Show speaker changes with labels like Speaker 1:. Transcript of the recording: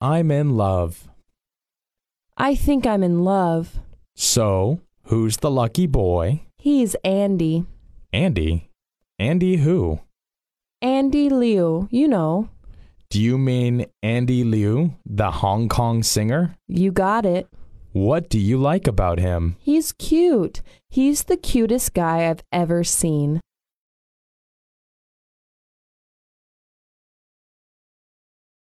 Speaker 1: I'm in love.
Speaker 2: I think I'm in love.
Speaker 1: So, who's the lucky boy?
Speaker 2: He's Andy.
Speaker 1: Andy. Andy who?
Speaker 2: Andy Liu, you know.
Speaker 1: Do you mean Andy Liu, the Hong Kong singer?
Speaker 2: You got it.
Speaker 1: What do you like about him?
Speaker 2: He's cute. He's the cutest guy I've ever seen.